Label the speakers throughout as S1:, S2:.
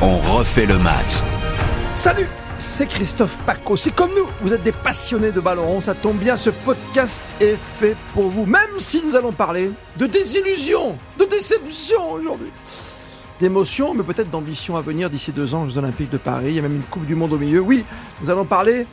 S1: refait le match.
S2: Salut, c'est Christophe Paco. C'est comme nous, vous êtes des passionnés de ballon rond, ça tombe bien, ce podcast est fait pour vous, même si nous allons parler de désillusion, de déception aujourd'hui. D'émotion, mais peut-être d'ambition à venir d'ici deux ans aux Olympiques de Paris. Il y a même une Coupe du Monde au milieu. Oui, nous allons parler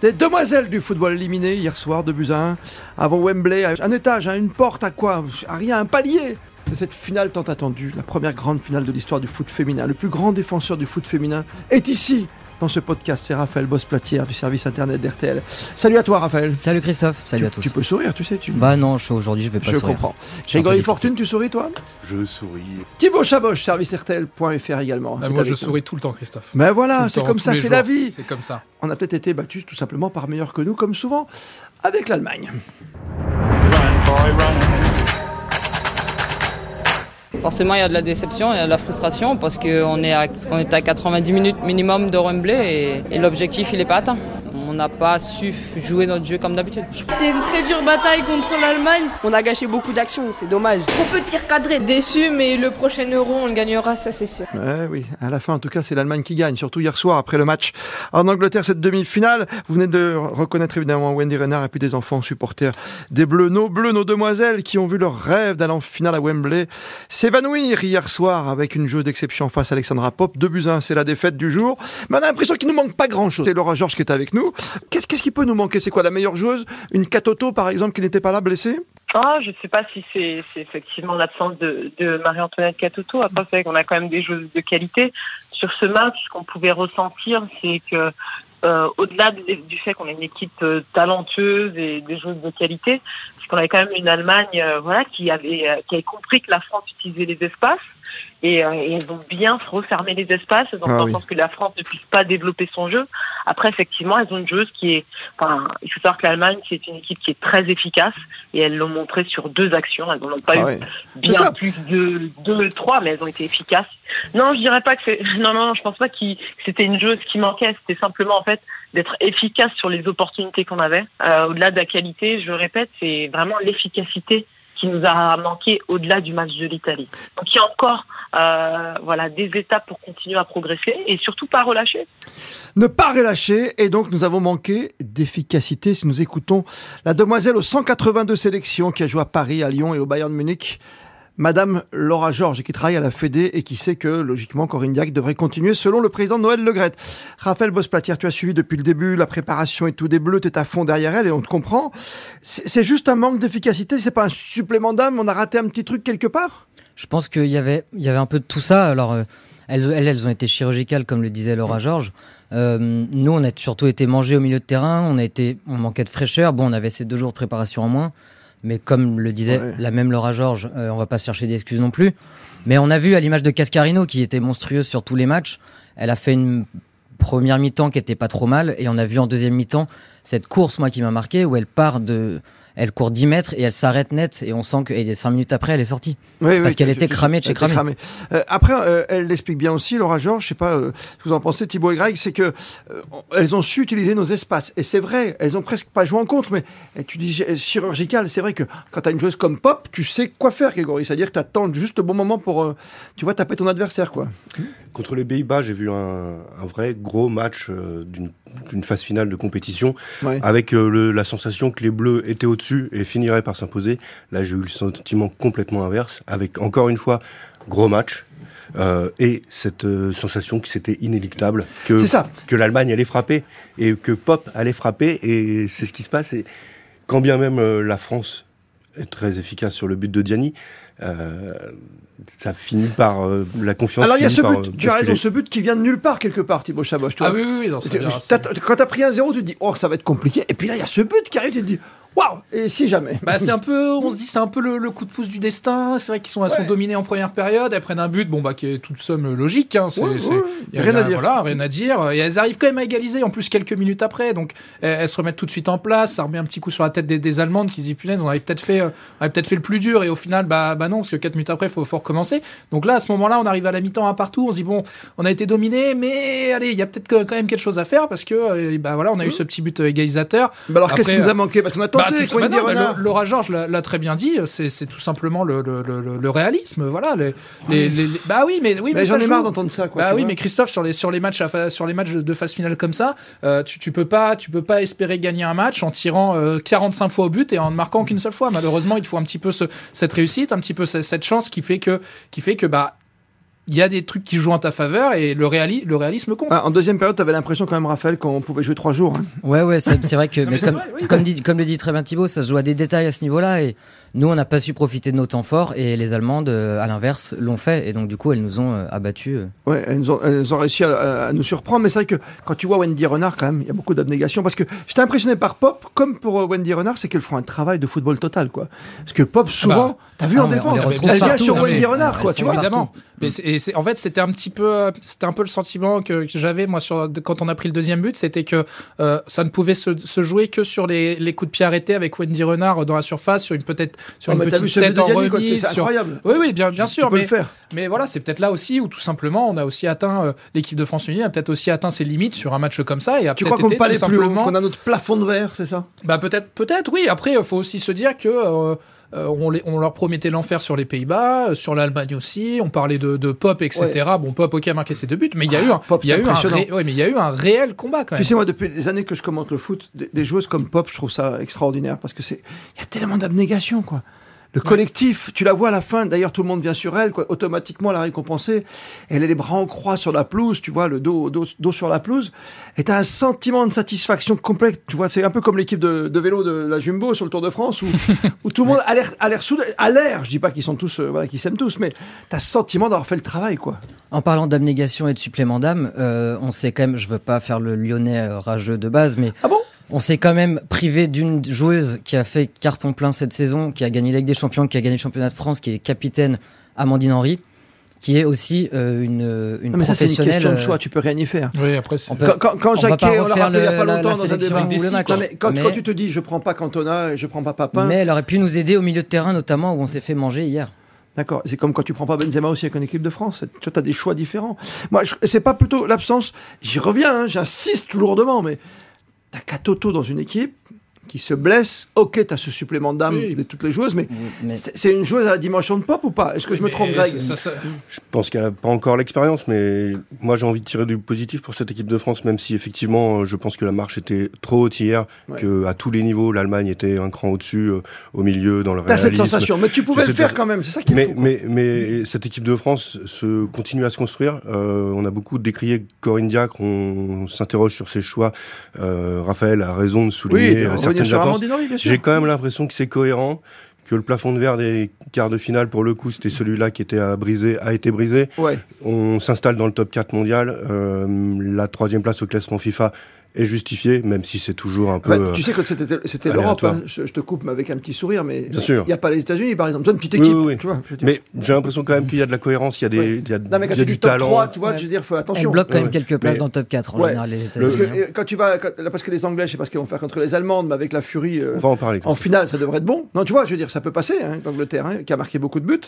S2: des demoiselles du football éliminées hier soir de Buzyn, avant Wembley, à un étage, à une porte, à quoi À rien, à un palier de cette finale tant attendue, la première grande finale de l'histoire du foot féminin. Le plus grand défenseur du foot féminin est ici dans ce podcast. C'est Raphaël Bosplatière du service internet d'RTL. Salut à toi, Raphaël.
S3: Salut Christophe, salut
S2: Tu-
S3: à tous.
S2: Tu peux sourire, tu sais. Tu...
S3: Bah non, je- aujourd'hui je vais pas
S2: je
S3: sourire.
S2: comprends.
S3: suis un peu
S2: Grégory
S3: dégoûté.
S2: Fortune, tu souris toi
S4: Je souris.
S2: Thibaut Chaboche, service RTL.fr également.
S5: Bah,
S2: est
S5: moi,
S2: avec
S5: je
S2: nous.
S5: souris tout le temps, Christophe.
S2: Mais
S5: Tout
S2: voilà,
S5: le
S2: Ah, c'est
S5: temps,
S2: comme
S5: tous
S2: ça,
S5: les
S2: c'est la
S5: jours.
S2: vie.
S5: C'est comme ça.
S2: On a peut-être été battus tout simplement par meilleurs que nous, comme souvent, avec l'Allemagne.
S6: Forcément, il y a de la déception, il y a de la frustration parce qu'on est, à- on est à 90 minutes minimum de Wembley et, et l'objectif, il n'est pas atteint. On n'a pas su f- jouer notre jeu comme d'habitude.
S7: C'était une très dure bataille contre l'Allemagne.
S8: On a gâché beaucoup d'actions, c'est dommage.
S7: Trop peu de tirs cadrés. Déçu, mais le prochain euro, on le gagnera, ça c'est sûr.
S2: Ouais, Eh oui, à la fin, en tout cas, c'est l'Allemagne qui gagne, surtout hier soir après le match en Angleterre, cette demi-finale. Vous venez de reconnaître évidemment Wendy Renard et puis des enfants supporters des Bleus, nos Bleus, nos demoiselles qui ont vu leur rêve d'aller en finale à Wembley s'évanouir hier soir avec une jeu d'exception face à Alexandra Pop. 2 buts à un, c'est la défaite du jour. Mais on a l'impression qu'il nous manque pas grand-chose. C'est Laura Georges qui est avec nous. Qu'est-ce qu'est-ce qui peut nous manquer C'est quoi la meilleure joueuse Une Katoto, par exemple, qui n'était pas là, blessée
S9: Ah, je sais pas si c'est c'est effectivement l'absence de, de Marie-Antoinette Catoto. Après, c'est vrai qu'on a quand même des choses de qualité. Sur ce match, ce qu'on pouvait ressentir, c'est que euh, au-delà de- du fait qu'on est une équipe euh, talentueuse et des choses de qualité, c'est qu'on avait quand même une Allemagne euh, voilà, qui, avait, euh, qui avait compris que la France utilisait les espaces. Et, euh, et elles ont bien refermé les espaces, elles ont
S2: Ah
S9: fait en
S2: oui.
S9: sorte que la France ne puisse pas développer son jeu. Après, effectivement, elles ont une joueuse qui est... Enfin, il faut savoir que l'Allemagne, c'est une équipe qui est très efficace et elles l'ont montré sur deux actions. Elles n'en ont pas
S2: Ah
S9: eu
S2: ouais.
S9: bien
S2: C'est ça.
S9: plus de deux, trois, mais elles ont été efficaces. Non, je dirais pas que c'est. Non, non, je pense pas qu'il- que c'était une joueuse qui manquait. C'était simplement en fait d'être efficace sur les opportunités qu'on avait. Euh, au-delà de la qualité, je répète, c'est vraiment l'efficacité qui nous a manqué au-delà du match de l'Italie. Donc il y a encore euh, voilà des étapes pour continuer à progresser et surtout pas relâcher.
S2: ne pas relâcher et donc nous avons manqué d'efficacité si nous écoutons la demoiselle aux 182 sélections qui a joué à Paris, à Lyon et au Bayern de Munich. Madame Laura Georges, qui travaille à la Fédé et qui sait que, logiquement, Corinne Diac devrait continuer selon le président Noël Legrette. Raphaël Bosplatière, tu as suivi depuis le début la préparation et tout des Bleus, t'es à fond derrière elle et on te comprend. C'est c'est juste un manque d'efficacité, c'est pas un supplément d'âme, on a raté un petit truc quelque part
S3: Je pense qu'il y avait, il y avait un peu de tout ça. Alors, euh, elles, elles, elles ont été chirurgicales, comme le disait Laura Georges. Euh, nous, on a surtout été mangés au milieu de terrain. On, a été, on manquait de fraîcheur. Bon, on avait ces deux jours de préparation en moins. Mais comme le disait
S2: Ouais.
S3: la même Laura Georges, euh, on va pas se chercher d'excuses non plus. Mais on a vu à l'image de Cascarino, qui était monstrueuse sur tous les matchs, elle a fait une première mi-temps qui était pas trop mal. Et on a vu en deuxième mi-temps cette course, moi, qui m'a marqué, où elle part de. Elle court 10 mètres et elle s'arrête net. Et on sent que et cinq minutes après, elle est sortie.
S2: Oui,
S3: Parce qu'elle
S2: tu-
S3: était
S2: tu-
S3: cramée de chez
S2: elle était
S3: cramée.
S2: Euh, après, euh, elle l'explique bien aussi, Laura Georges, je sais pas euh, ce que vous en pensez, Thibaut et Greg, c'est que euh, on- elles ont su utiliser nos espaces. Et c'est vrai, elles ont presque pas joué en contre, mais euh, tu dis euh, chirurgical, c'est vrai que quand tu as une joueuse comme Pop, tu sais quoi faire, Grégory. C'est-à-dire que tu attends juste le bon moment pour, euh, tu vois, taper ton adversaire, quoi.
S4: Euh, Contre les Pays-Bas, j'ai vu un, un vrai gros match euh, d'une d'une phase finale de compétition
S2: Ouais.
S4: avec euh, le- la sensation que les Bleus étaient au-dessus et finiraient par s'imposer. Là, j'ai eu le sentiment complètement inverse avec encore une fois gros match. euh, et cette euh, sensation que c'était inéluctable, que,
S2: C'est ça.
S4: que l'Allemagne allait frapper et que Pop allait frapper, et c'est ce qui se passe. Et quand bien même euh, la France est très efficace sur le but de Diani, euh, ça finit par euh, la confiance.
S2: Alors il y a
S4: finit
S2: ce
S4: par,
S2: but,
S4: euh,
S2: tu as raison,
S4: basculer.
S2: ce but qui vient de nulle part quelque part, Thibaut Chaboche. tu
S5: Ah
S2: vois.
S5: oui, oui, oui, non, ça
S2: Tu-
S5: vient,
S2: t'as-
S5: c'est-
S2: Quand t'as pris un 0 tu te dis, oh, ça va être compliqué. Et puis là, il y a ce but qui arrive, tu te dis, waouh, et si jamais.
S5: Bah, c'est un peu, on se dit, c'est un peu le, le coup de pouce du destin. C'est vrai qu'ils sont, elles sont dominées en première période. Elles prennent un but, bon, bah, qui est toute somme logique. Hein, c'est,
S2: Ouais,
S5: c'est-
S2: ouais,
S5: y a
S2: rien à
S5: rien-
S2: dire.
S5: Voilà, rien à dire. Et elles arrivent quand même à égaliser, en plus, quelques minutes après. Donc, elles, elles se remettent tout de suite en place. Ça remet un petit coup sur la tête des, des Allemandes qui se disent, punaise, on avait peut-être fait, euh, on avait peut-être fait le plus dur. Et au final, bah, bah, bah non, parce que 4 minutes après, il faut, faut recommencer. Donc là, à ce moment-là, on arrive à la mi-temps un partout, on se dit bon, on a été dominé, mais allez, il y a peut-être que- quand même quelque chose à faire parce que euh, bah voilà, on
S2: Mmh.
S5: a eu ce petit but égalisateur.
S2: Bah alors, qu'est-ce qui
S5: Après,
S2: nous a manqué Parce qu'on a
S5: Bah,
S2: tenté,
S5: tout- bah
S2: Wendy
S5: non, bah,
S2: Renard.
S5: le- Laura Georges l'a l'a très bien dit, c'est c'est tout simplement le, le- le- le- le réalisme, voilà. les- les- les- les- bah oui, mais oui,
S2: Mais
S5: mais
S2: j'en
S5: ça
S2: ai marre
S5: joue.
S2: d'entendre ça, quoi.
S5: Bah
S2: tu
S5: oui,
S2: vois.
S5: mais Christophe sur les sur les matchs à fa- sur les matchs de phase finale comme ça, euh, tu, tu peux pas tu peux pas espérer gagner un match en tirant euh, 45 fois au but et en ne marquant qu'une seule fois. Malheureusement, il faut un petit peu ce- cette réussite, un petit peu ce- cette chance qui fait que qui fait que bah il y a des trucs qui jouent en ta faveur et le réali- le réalisme compte.
S2: Ah, en deuxième période, t'avais l'impression quand même, Raphaël, qu'on pouvait jouer trois jours. hein.
S3: Ouais, ouais, c'est c'est vrai que mais
S5: mais c'est
S3: comme,
S5: vrai, oui.
S3: comme, dit, comme le dit très bien Thibaut, ça se joue à des détails à ce niveau-là. Et nous, on n'a pas su profiter de nos temps forts. Et les Allemandes, euh, à l'inverse, l'ont fait. Et donc, du coup, elles nous ont euh, abattus. euh.
S2: Ouais, elles nous ont, elles ont réussi à, à nous surprendre, mais c'est vrai que quand tu vois Wendy Renard, quand même, il y a beaucoup d'abnégation. Parce que j'étais impressionné par Pop, comme pour euh, Wendy Renard, c'est qu'elles font un travail de football total, quoi. Parce que
S5: bah,
S2: Pop, souvent, t'as vu
S3: Ah,
S2: en
S3: on les- on
S2: défense,
S3: les
S2: elle
S3: retrouve
S2: vient
S3: partout,
S2: sur
S5: non,
S2: Wendy
S5: mais-
S2: Renard, quoi,
S3: ouais, elles
S2: Bah, tu
S3: sont
S2: vois. Ah,
S3: là.
S5: évidemment. Mais c'est- et c'est- en fait, c'était un petit peu, euh, c'était un peu le sentiment que, que j'avais moi sur de- quand on a pris le deuxième but, c'était que euh, ça ne pouvait se, se jouer que sur les, les coups de pied arrêtés avec Wendy Renard dans la surface, sur une peut-être sur
S2: Non,
S5: une
S2: Ah, mais t'as vu
S5: petite
S2: ce but
S5: tête
S2: de
S5: en
S2: Yannick, quoi, c'est
S5: remise.
S2: c'est
S5: sur-
S2: incroyable.
S5: Oui, oui, bien, bien
S2: Tu
S5: sûr.
S2: peux
S5: Mais,
S2: le faire.
S5: mais voilà, c'est peut-être là aussi où tout simplement, on a aussi atteint euh, l'équipe de France unie a peut-être aussi atteint ses limites sur un match comme ça et a
S2: Tu crois
S5: peut-être
S2: qu'on peut
S5: été
S2: pas
S5: tout
S2: aller plus haut,
S5: simplement.
S2: qu'on a notre plafond de verre, c'est ça
S5: Bah peut-être, peut-être, oui. Après, il faut aussi se dire que euh, euh, on, les- on leur promettait l'enfer sur les Pays-Bas, euh, sur l'Allemagne aussi. On parlait de, de Pop, etc. Bon, Pop, ok, a marqué ses deux buts, mais il y a eu un,
S2: Ah, Pop,
S5: il y a
S2: c'est
S5: eu un,
S2: impressionnant.
S5: ré- ouais, mais il y a eu un réel combat quand même.
S2: Tu sais, moi, depuis des années que je commente le foot, des, des joueuses comme Pop, je trouve ça extraordinaire parce que c'est, il y a tellement d'abnégation, quoi. Le collectif, tu la vois à la fin, d'ailleurs tout le monde vient sur elle, quoi. automatiquement elle a récompensée, elle a les bras en croix sur la pelouse, tu vois, le dos, dos, dos sur la pelouse, et t'as un sentiment de satisfaction complète, tu vois, c'est un peu comme l'équipe de, de vélo de la Jumbo sur le Tour de France, où, où tout le monde a l'air, a l'air soudé, a l'air, je dis pas qu'ils sont tous, euh, voilà, qu'ils s'aiment tous, mais t'as ce sentiment d'avoir fait le travail, quoi.
S3: En parlant d'abnégation et de supplément d'âme, euh, on s'est quand même, je veux pas faire le lyonnais euh, rageux de base, mais
S2: Ah bon
S3: on s'est quand même privé d'une joueuse qui a fait carton plein cette saison, qui a gagné la Ligue des Champions, qui a gagné le championnat de France, qui est capitaine Amandine Henry, qui est aussi euh, une, une
S2: Non, mais ça c'est une
S3: professionnelle.
S2: question de
S3: euh,
S2: choix, tu peux rien y faire.
S5: Oui, après, c'est...
S3: on peut-
S2: Quand, quand, quand
S3: on va
S2: Jacquet,
S3: pas
S2: on l'a
S3: refaire
S2: rappelé il n'y a
S3: le-
S2: pas
S3: la-
S2: longtemps
S3: la
S2: dans un
S3: sélection
S2: débat.
S3: avec Boulonna,
S2: Non,
S3: quoi.
S2: mais quand,
S3: Mais-
S2: quand tu te dis je prends pas Cantona et je prends pas Papin,
S3: Mais elle aurait pu nous aider au milieu de terrain, notamment où on s'est fait manger hier.
S2: d'accord, c'est comme quand tu prends pas Benzema aussi avec une équipe de France. Tu as des choix différents. Moi, je- c'est pas plutôt l'absence, j'y reviens, hein, j'insiste lourdement, mais t'as Katoto dans une équipe qui se blesse. Ok, t'as ce supplément d'âme
S5: Oui.
S2: de toutes les joueuses, mais,
S3: Mais-
S2: c'est c'est une joueuse à la dimension de pop ou pas Est-ce que je me
S5: mais
S2: trompe, Greg
S5: ça- ça-
S4: Je pense qu'elle n'a pas encore l'expérience, mais moi j'ai envie de tirer du positif pour cette équipe de France, même si effectivement euh, je pense que la marche était trop haute hier,
S2: Ouais.
S4: que à tous les niveaux l'Allemagne était un cran au-dessus, euh, au milieu, dans le
S2: T'as
S4: réalisme.
S2: cette sensation, mais tu pouvais
S4: Je
S2: le
S4: sais
S2: faire
S4: pas.
S2: quand même, c'est ça qui est
S4: Mais,
S2: fou, quoi.
S4: mais, mais cette équipe de France se continue à se construire. Euh, on a beaucoup décrié Corinne Diacre, on, s'interroge sur ses choix. Euh, Raphaël a raison de
S2: Oui,
S4: souligner euh,
S2: on revient
S4: certaines
S2: sur
S4: apports.
S2: Amandine Henry, bien sûr.
S4: J'ai quand même l'impression que c'est cohérent, que le plafond de verre des quarts de finale, pour le coup, c'était celui-là qui était à briser, a été brisé.
S2: Ouais.
S4: On s'installe dans le top 4 mondial. Euh, la troisième place au classement FIFA est justifiée, même si c'est toujours un peu.
S2: Bah,
S4: euh,
S2: tu sais que c'était c'était l'Europe,
S4: aléatoire.
S2: hein. je, je te coupe mais avec un petit sourire, mais
S4: Bien sûr.
S2: il n'y a pas les États-Unis par exemple. C'est une petite
S4: Oui,
S2: équipe,
S4: oui, oui.
S2: tu vois. je veux dire.
S4: Mais j'ai l'impression quand même qu'il y a de la cohérence, il y a, des,
S2: Ouais.
S4: il y a,
S2: non, mais quand
S4: il y a
S2: tu
S4: du
S2: dis top
S4: talent.
S2: 3, tu vois,
S3: Ouais.
S2: je veux dire, faut
S3: Elle
S2: attention.
S3: bloque quand
S4: Ouais,
S3: même quelques places
S4: mais-
S3: dans le top 4 en
S2: Ouais.
S3: général, les
S2: Parce que
S3: États-Unis. hein.
S2: euh, quand tu vas, quand- là, parce que les Anglais, je sais pas ce qu'ils vont faire contre les Allemandes, mais avec la furie euh,
S4: On va en parler.
S2: en finale, ça devrait être bon. Non, tu vois, je veux dire, ça peut passer. Hein, L'Angleterre, hein, qui a marqué beaucoup de buts.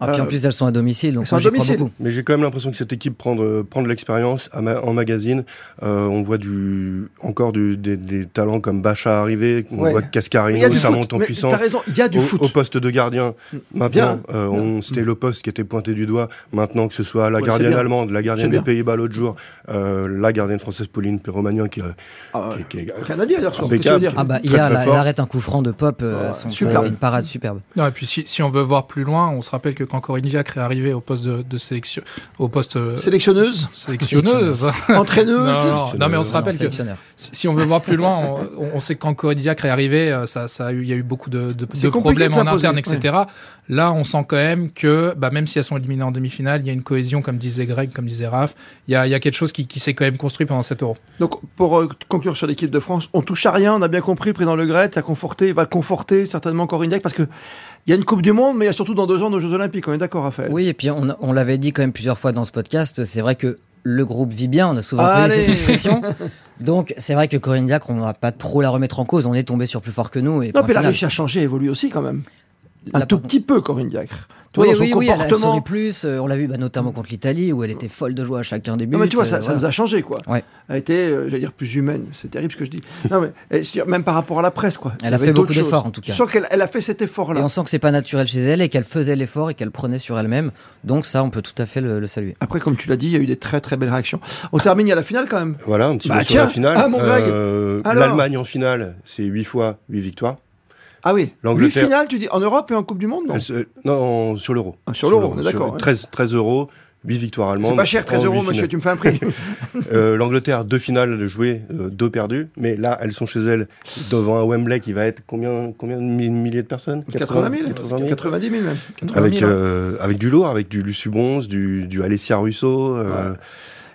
S3: Ah, puis
S2: Euh,
S3: en plus, elles sont à domicile, donc
S2: elles sont
S3: moi,
S2: à
S3: j'y crois
S2: domicile.
S3: beaucoup.
S4: Mais j'ai quand même l'impression que cette équipe prend de, prend de l'expérience à ma- en magazine. Euh, on voit du, encore du- des, des talents comme Bacha arriver, on
S2: Ouais.
S4: voit
S2: mais Il y a
S4: Cascarino,
S2: du
S4: ça
S2: foot.
S4: monte en
S2: mais
S4: puissance.
S2: T'as raison, il y a du
S4: au,
S2: foot.
S4: au poste de gardien. Maintenant,
S2: Bien.
S4: euh, on- c'était le poste qui était pointé du doigt. Maintenant que ce soit la
S2: Ouais, c'est
S4: gardienne
S2: bien.
S4: allemande, la gardienne
S2: C'est
S4: des
S2: bien.
S4: Pays-Bas l'autre jour, euh, la gardienne française Pauline Péromagnan qui, euh,
S2: Ah, ouais.
S4: qui- qui est-
S2: Rien à dire, d'ailleurs, sur ce que tu veux
S4: Impeccable.
S2: dire.
S3: Ah bah
S4: Très,
S3: hier,
S4: très
S3: elle, elle
S4: fort.
S3: arrête un coup franc de pop, euh, à son- ça
S2: superbe.
S3: fait une parade superbe.
S5: Non, et puis si, si on veut voir plus loin, on se rappelle que quand Corinne Diacre est arrivée au poste de, de sélection, au poste euh,
S2: Sélectionneuse,
S5: sélectionneuse.
S2: entraîneuse.
S5: Non, non, non, mais on se
S3: Non,
S5: rappelle que
S3: sélectionneur.
S5: si si on veut voir plus loin, on, on- on sait que quand Corinne Diacre est arrivé, euh, ça, ça a eu, il y a eu beaucoup de, de-
S2: C'est compliqué
S5: de
S2: de
S5: problèmes en
S2: s'imposer,
S5: interne, etc. Là, on sent quand même que, bah, même si elles sont éliminées en demi-finale, il y a une cohésion, comme disait Greg, comme disait Raph. Il y a, il y a quelque chose qui, qui s'est quand même construit pendant cet euro.
S2: Donc, pour euh, conclure sur l'équipe de France, on touche à rien, on a bien compris, le président Le Gret a conforté, va conforter certainement Corignac, parce que il y a une Coupe du Monde, mais il y a surtout dans deux ans nos Jeux Olympiques, on est d'accord, Raphaël
S3: Oui, et puis on, on l'avait dit quand même plusieurs fois dans ce podcast, c'est vrai que le groupe vit bien, on a souvent employé
S2: Allez.
S3: cette expression. Donc c'est vrai que Corinne Diacre, on va pas trop la remettre en cause, on est tombé sur plus fort que nous. Et
S2: Non,
S3: point
S2: puis elle a
S3: final.
S2: réussi à changer, à évoluer aussi quand même.
S3: Là,
S2: Un
S3: par
S2: tout
S3: contre-
S2: petit peu, Corinne Diacre. Toi,
S3: oui,
S2: dans son
S3: oui, oui, elle a- elle
S2: comportement.
S3: sourit plus. euh, on l'a vu bah, notamment contre l'Italie où elle était folle de joie à chacun des buts.
S2: non, mais tu vois, ça,
S3: euh,
S2: ça
S3: voilà.
S2: nous a changé, quoi.
S3: Ouais.
S2: Elle était, euh, j'allais dire, plus humaine. C'est terrible ce que je dis. Non, mais euh, c'est-à-dire, même par rapport à la presse, quoi.
S3: Elle
S2: Il y
S3: a
S2: avait
S3: fait
S2: d'autres
S3: beaucoup
S2: choses.
S3: d'efforts, en tout
S2: Tu
S3: cas.
S2: sens qu'elle elle a fait cet
S3: Et
S2: effort-là.
S3: on sent que c'est pas naturel chez elle et qu'elle faisait l'effort et qu'elle prenait sur elle-même. Donc ça, on peut tout à fait le, le saluer.
S2: Après, comme tu l'as dit, il y a eu des très très belles réactions. On termine, il y a la finale quand même.
S4: Voilà, un petit
S2: Bah,
S4: peu sur
S2: tiens.
S4: la finale.
S2: Ah, mon Greg.
S4: Euh,
S2: Alors.
S4: L'Allemagne en finale, c'est 8 fois 8 victoires.
S2: Ah oui, huit
S4: L'Angleterre.
S2: finales, tu dis, en Europe et en Coupe du Monde, non
S4: Elle se- Non, sur l'euro.
S2: Ah, sur l'euro, on est
S4: sur-
S2: d'accord, ouais.
S4: 13, 13 euros, 8 victoires allemandes.
S2: C'est pas cher, 13
S4: en
S2: euros,
S4: huit finales.
S2: monsieur, tu me fais un prix.
S4: Euh, L'Angleterre, deux finales jouées, euh, deux perdues. Mais là, elles sont chez elles devant un Wembley qui va être combien, combien de mi- milliers de personnes
S2: 80 000
S4: 80 000.
S2: 90 000 même.
S4: Avec,
S5: 000, hein.
S4: euh, avec du lourd, avec du Lucu Bronze, du, du Alessia Russo. euh,
S2: Ouais.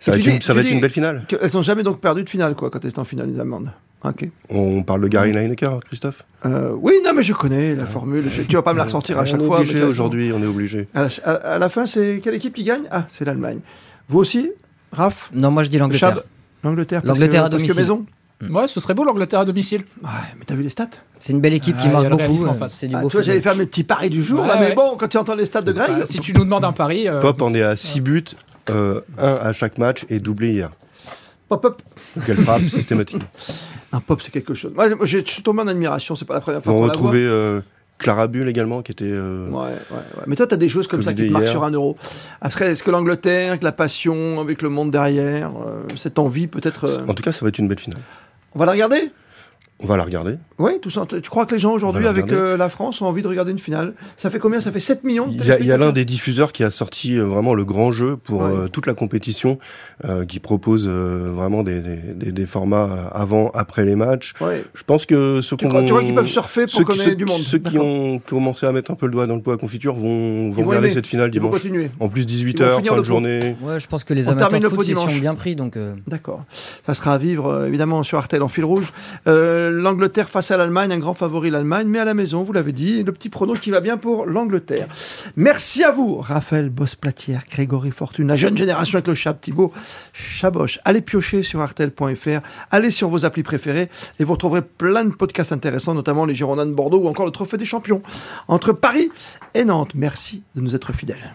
S4: Ça
S2: hein.
S4: va,
S2: Et
S4: être,
S2: tu
S4: une,
S2: dis-
S4: ça
S2: tu
S4: va être
S2: dis-
S4: une belle finale.
S2: Que- Elles n'ont jamais donc perdu de finale, quoi, quand elles étaient en finale, les Allemandes. Ok.
S4: On parle de Gary Lineker, Christophe
S2: Euh, oui, non, mais je connais la formule. Je- tu vas pas me la ressortir à
S4: On
S2: chaque
S4: est
S2: fois. mais
S4: obligé
S2: t'as-
S4: aujourd'hui, on est obligé.
S2: À la, à- à la fin, c'est quelle équipe qui gagne Ah, c'est l'Allemagne. Vous aussi, Raph
S3: Non, moi je dis l'Angleterre.
S2: Chab L'Angleterre parce
S3: L'Angleterre
S2: que-
S3: à
S2: Parce que
S3: domicile.
S2: maison
S5: Ouais, ce serait beau l'Angleterre à domicile.
S2: Ouais, mais t'as vu les stats
S3: C'est une belle équipe
S5: Ah,
S3: qui
S5: il y a
S3: marque
S5: le
S3: beaucoup.
S5: réalisme en
S3: euh,
S5: face.
S3: C'est du
S2: ah,
S3: beau
S2: Tu vois, j'allais
S3: football.
S2: faire mes petits paris du jour,
S5: Ouais,
S2: là, mais
S5: ouais.
S2: bon, quand tu entends les stats de Greg.
S5: Bah, si tu nous demandes un pari, euh,
S4: Pop, on est à 6 buts, 1 à chaque match et doublé hier.
S2: Pop, pop.
S4: Donc elle frappe systématique.
S2: Un pop, c'est quelque chose. Moi, je- moi, je suis tombé en admiration, c'est pas la première fois
S4: on
S2: qu'on la
S4: retrouvait euh, Clara Bull également, qui était. euh,
S2: voit. Ouais, ouais, ouais. Mais toi, t'as des choses comme
S4: Comme
S2: ça
S4: je
S2: qui te
S4: disais
S2: marquent
S4: hier.
S2: sur un euro. Après, est-ce que l'Angleterre, avec la passion, avec le monde derrière, euh, cette envie, peut-être. euh,
S4: En tout cas, ça va être une belle finale.
S2: On va la regarder
S4: On va la regarder.
S2: Oui, tout ça. Tu crois que les gens aujourd'hui,
S4: la
S2: avec
S4: regarder.
S2: euh, la France, ont envie de regarder une finale Ça fait combien Ça fait 7 millions de
S4: Il y a, il y a
S2: téléspectateurs
S4: l'un des diffuseurs qui a sorti euh, vraiment le grand jeu pour
S2: Ouais.
S4: euh, toute la compétition, euh, qui propose euh, vraiment des, des- des- des formats euh, avant, après les matchs.
S2: Ouais.
S4: Je pense que ceux qui
S2: Tu, crois,
S4: ont-
S2: tu vois qu'ils peuvent surfer pour
S4: ceux, qui-
S2: qu'on
S4: ceux
S2: ait
S4: qui-
S2: du monde
S4: ceux qui
S2: D'accord.
S4: ont commencé à mettre un peu le doigt dans le pot à confiture vont, vont
S2: vont
S4: regarder
S2: aimer.
S4: cette finale
S2: Ils vont
S4: dimanche.
S2: continuer.
S4: En plus,
S2: Ils vont
S4: 18h,
S2: finir
S4: fin
S2: le
S4: de
S2: pot.
S4: journée.
S3: Ouais, je pense que les
S2: On
S3: amateurs
S2: termine
S3: de
S2: le
S3: foot
S2: pot
S3: ils sont
S2: dimanche.
S3: bien pris. Donc euh,
S2: D'accord. Ça sera à vivre, euh, évidemment, sur Artel en fil rouge. Euh, L'Angleterre face à l'Allemagne, un grand favori l'Allemagne, mais à la maison, vous l'avez dit, le petit prono qui va bien pour l'Angleterre. Merci à vous, Raphaël Bosplatière, Grégory Fortune, la jeune génération avec le chat, Thibaut Chaboche. Allez piocher sur artel.fr, allez sur vos applis préférées et vous retrouverez plein de podcasts intéressants, notamment les Girondins de Bordeaux ou encore le Trophée des Champions entre Paris et Nantes. Merci de nous être fidèles.